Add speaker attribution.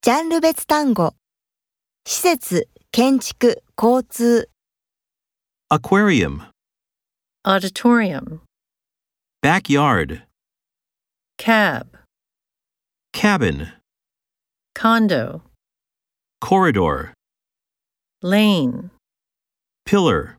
Speaker 1: ジャンル別単語。施設、建築、交通、
Speaker 2: Aquarium.
Speaker 3: auditorium,
Speaker 2: Backyard.
Speaker 3: cab,
Speaker 2: Cabin.
Speaker 3: condo,
Speaker 2: Corridor.
Speaker 3: lane.
Speaker 2: Pillar.